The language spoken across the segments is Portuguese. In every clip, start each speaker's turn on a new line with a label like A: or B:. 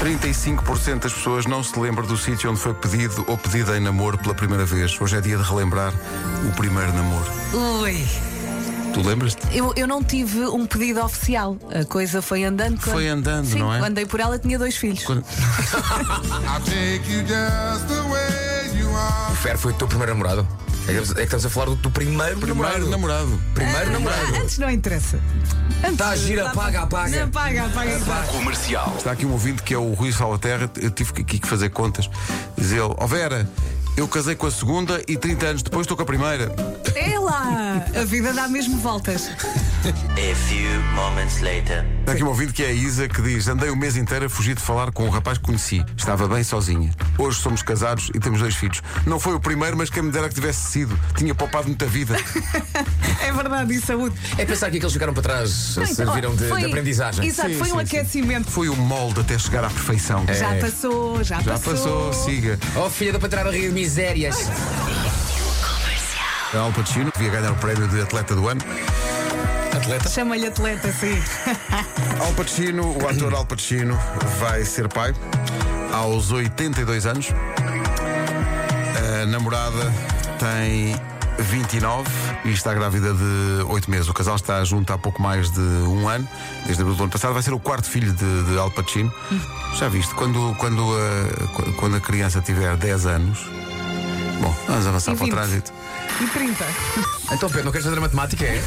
A: 35% das pessoas não se lembram do sítio onde foi pedido ou pedida em namoro pela primeira vez. Hoje é dia de relembrar o primeiro namoro.
B: Ui,
A: Tu lembras-te?
B: eu, eu não tive um pedido oficial. A coisa foi andando.
A: Foi andando,
B: Sim,
A: não é?
B: Andei por ela, tinha dois filhos.
A: Quando-
C: I'll take you just the way you are.
D: Fer, foi o teu primeiro namorado? É que, estamos- é que estamos a falar do, do primeiro,
A: Primeiro
D: namorado.
A: namorado.
D: Primeiro namorado.
B: Antes não interessa. Antes,
D: Tá, gira,
B: dá
D: apaga,
B: pra-
D: apaga.
B: Não, apaga, apaga.
E: Comercial.
A: Está aqui um ouvinte que é o Rui Salvaterra, eu tive que- aqui que fazer contas. Diz ele, ó Vera, eu casei com a segunda e 30 anos depois estou com a primeira.
B: É lá! A vida dá mesmo voltas.
F: A few moments later.
A: Está aqui um ouvinte que é a Isa que diz: Andei o mês inteiro a fugir de falar com um rapaz que conheci. Estava bem sozinha. Hoje somos casados e temos dois filhos. Não foi o primeiro, mas quem me dera que tivesse sido. Tinha poupado muita vida.
B: É verdade, e saúde.
D: É pensar que aqueles ficaram para trás serviram de, de
B: Foi-
D: aprendizagem.
B: Exato,
A: Sim,
B: foi um
A: sim, sim.
B: aquecimento.
A: Foi o molde até chegar à perfeição.
D: É.
B: Já É. passou, já,
A: Já passou, siga.
D: Oh filha da patrana Rio Misérias.
A: Al Pacino devia ganhar o prémio de atleta do ano.
D: Atleta.
B: Chama-lhe atleta, sim.
A: Al Pacino, o ator Al Pacino, vai ser pai aos 82 anos. A namorada tem 29 e está grávida de 8 meses. O casal está junto há pouco mais de um ano, desde abril do ano passado. Vai ser o quarto filho de, de Al Pacino. Já viste, quando, quando, a, qu- quando a criança tiver 10 anos. Bom, vamos avançar
B: E
A: para o
B: 20.
A: trânsito.
B: E 30.
D: Então Pedro, não queres fazer matemática? É?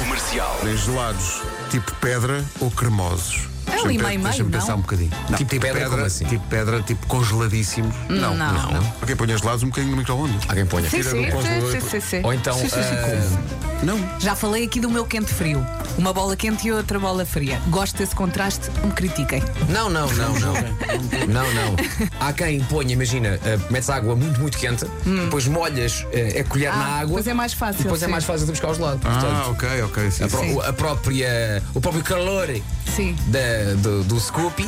E: Comercial.
A: Tem gelados tipo pedra ou cremosos?
B: É
A: Deixa-me
B: ali
A: pe-
B: meio, meio,
A: Deixa-me
B: não?
A: pensar um bocadinho. Não,
D: Tipo pedra, como assim?
A: Tipo pedra, tipo congeladíssimo. Não,
B: não, não.
A: Para quem põe gelados um bocadinho no microondas.
D: Alguém ponha.
B: Sim, sim, sim, sim, sim, sim.
D: Ou então.
B: Sim, sim, sim.
D: ah,
A: Não.
B: Já falei aqui do meu quente frio. Uma bola quente e outra bola fria. Gosto desse contraste, me critiquem.
D: Não, não, não, não. Não, não. Há quem ponha, imagina, eh, metes água muito, muito quente, depois molhas eh, a colher
B: Hum. Ah,
D: na água.
B: depois é mais fácil,
D: Depois é
B: sim.
D: mais fácil de buscar os lados.
A: Ah,
D: portanto.
A: ok, ok. Sim,
D: a, pró-
A: sim.
D: a própria, o próprio calor
B: Sim.
D: da- do, do Scoopy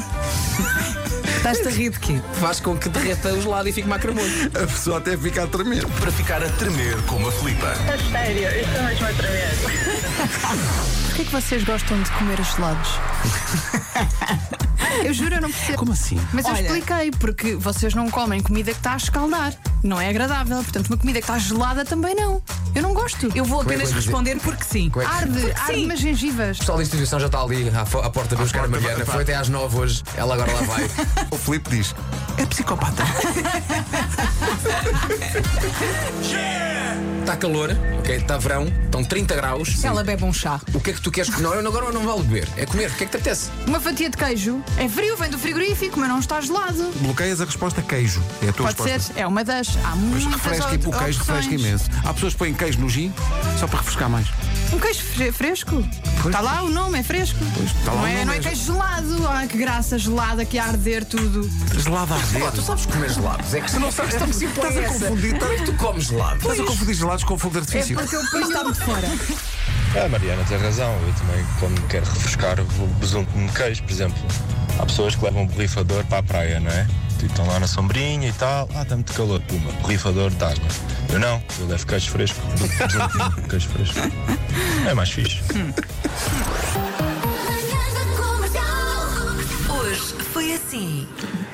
B: Estás-te a rir de quê?
D: faz com que derreta o gelado e fique mais cremoso.
A: A pessoa até fica a tremer.
E: Para ficar a tremer como a Filipa.
G: Sério, eu estou mesmo a tremer.
H: Porquê que vocês gostam de comer os gelados? eu juro, eu não percebo.
A: Como assim?
H: Mas
B: Olha.
H: eu expliquei, porque vocês não comem comida que está a escaldar. Não é agradável. Portanto, uma comida que está gelada também não. Eu não gosto.
B: Eu vou
D: é que
B: apenas
D: vais dizer?
B: responder porque sim.
D: Como é que-
H: Arde,
B: Porque
H: arde
B: sim.
H: umas gengivas.
D: O pessoal da instituição já está ali à, fo- à porta para buscar a
A: porta,
D: Mariana.
A: pá.
D: Foi até às 9 hoje, ela agora lá vai.
A: O Filipe diz: é psicopata.
D: Está calor, ok? Está verão, estão 30 graus.
B: Ela bebe um chá.
D: O que é que tu queres comer? Não, eu não- agora eu não vou beber. É comer. O que é que te apetece?
H: Uma fatia de queijo. É frio, vem do frigorífico, mas não está gelado.
A: Bloqueias a resposta queijo. É a tua
H: Pode
A: resposta.
H: ser. É uma das. Há
A: Mas
H: muitas
A: refresca tipo o
H: op-
A: queijo, refresca
H: opções.
A: imenso. Há pessoas que põem queijo no gin só para refrescar mais.
H: Um queijo fre- fresco? Está lá o nome, é fresco.
A: está lá
H: não,
A: o
H: é,
A: nome,
H: não
A: é-
H: é queijo gelado. Ah, que graça gelada que a arder tudo.
A: Gelado é a arder.
D: Pá, tu sabes comer gelados. É que tu não sabes tão simples.
A: Estás a
D: é essa.
A: confundir,
D: Como é que tu comes gelado?
A: Estás a confundir gelados com fogo de
H: É
A: artifício.
B: Porque eu está muito fora.
I: A Ah, Mariana tem razão, eu também quando me quero refrescar vou presunto no queijo, por exemplo. Há pessoas que levam um borrifador para a praia, não é? Tipo, Estão lá na sombrinha e tal, ah, está muito calor, puma, borrifador de água. Eu não, eu levo queijo fresco, presuntinho, queijo fresco. É mais fixe.
J: Hoje foi assim.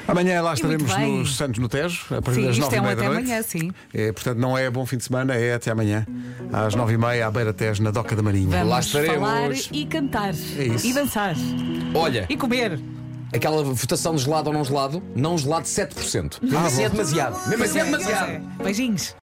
A: Amanhã lá estaremos
B: bem.
A: nos Santos no Tejo, a partir
B: Sim,
A: das
B: isto
A: nove
B: é
A: e
B: um
A: meia da
B: até
A: noite.
B: amanhã, sim.
A: É, portanto, não é bom fim de semana, é até amanhã, às nove e meia, à beira Tejo, na Doca da Marinha.
B: Vamos
D: Lá estaremos. É
B: falar e cantar.
A: isso.
B: E dançar.
D: Olha,
B: E comer.
D: aquela votação Ah, de gelado ou não gelado, não gelado 7%. Mesmo assim é demasiado. Mesmo assim é demasiado.
B: Beijinhos.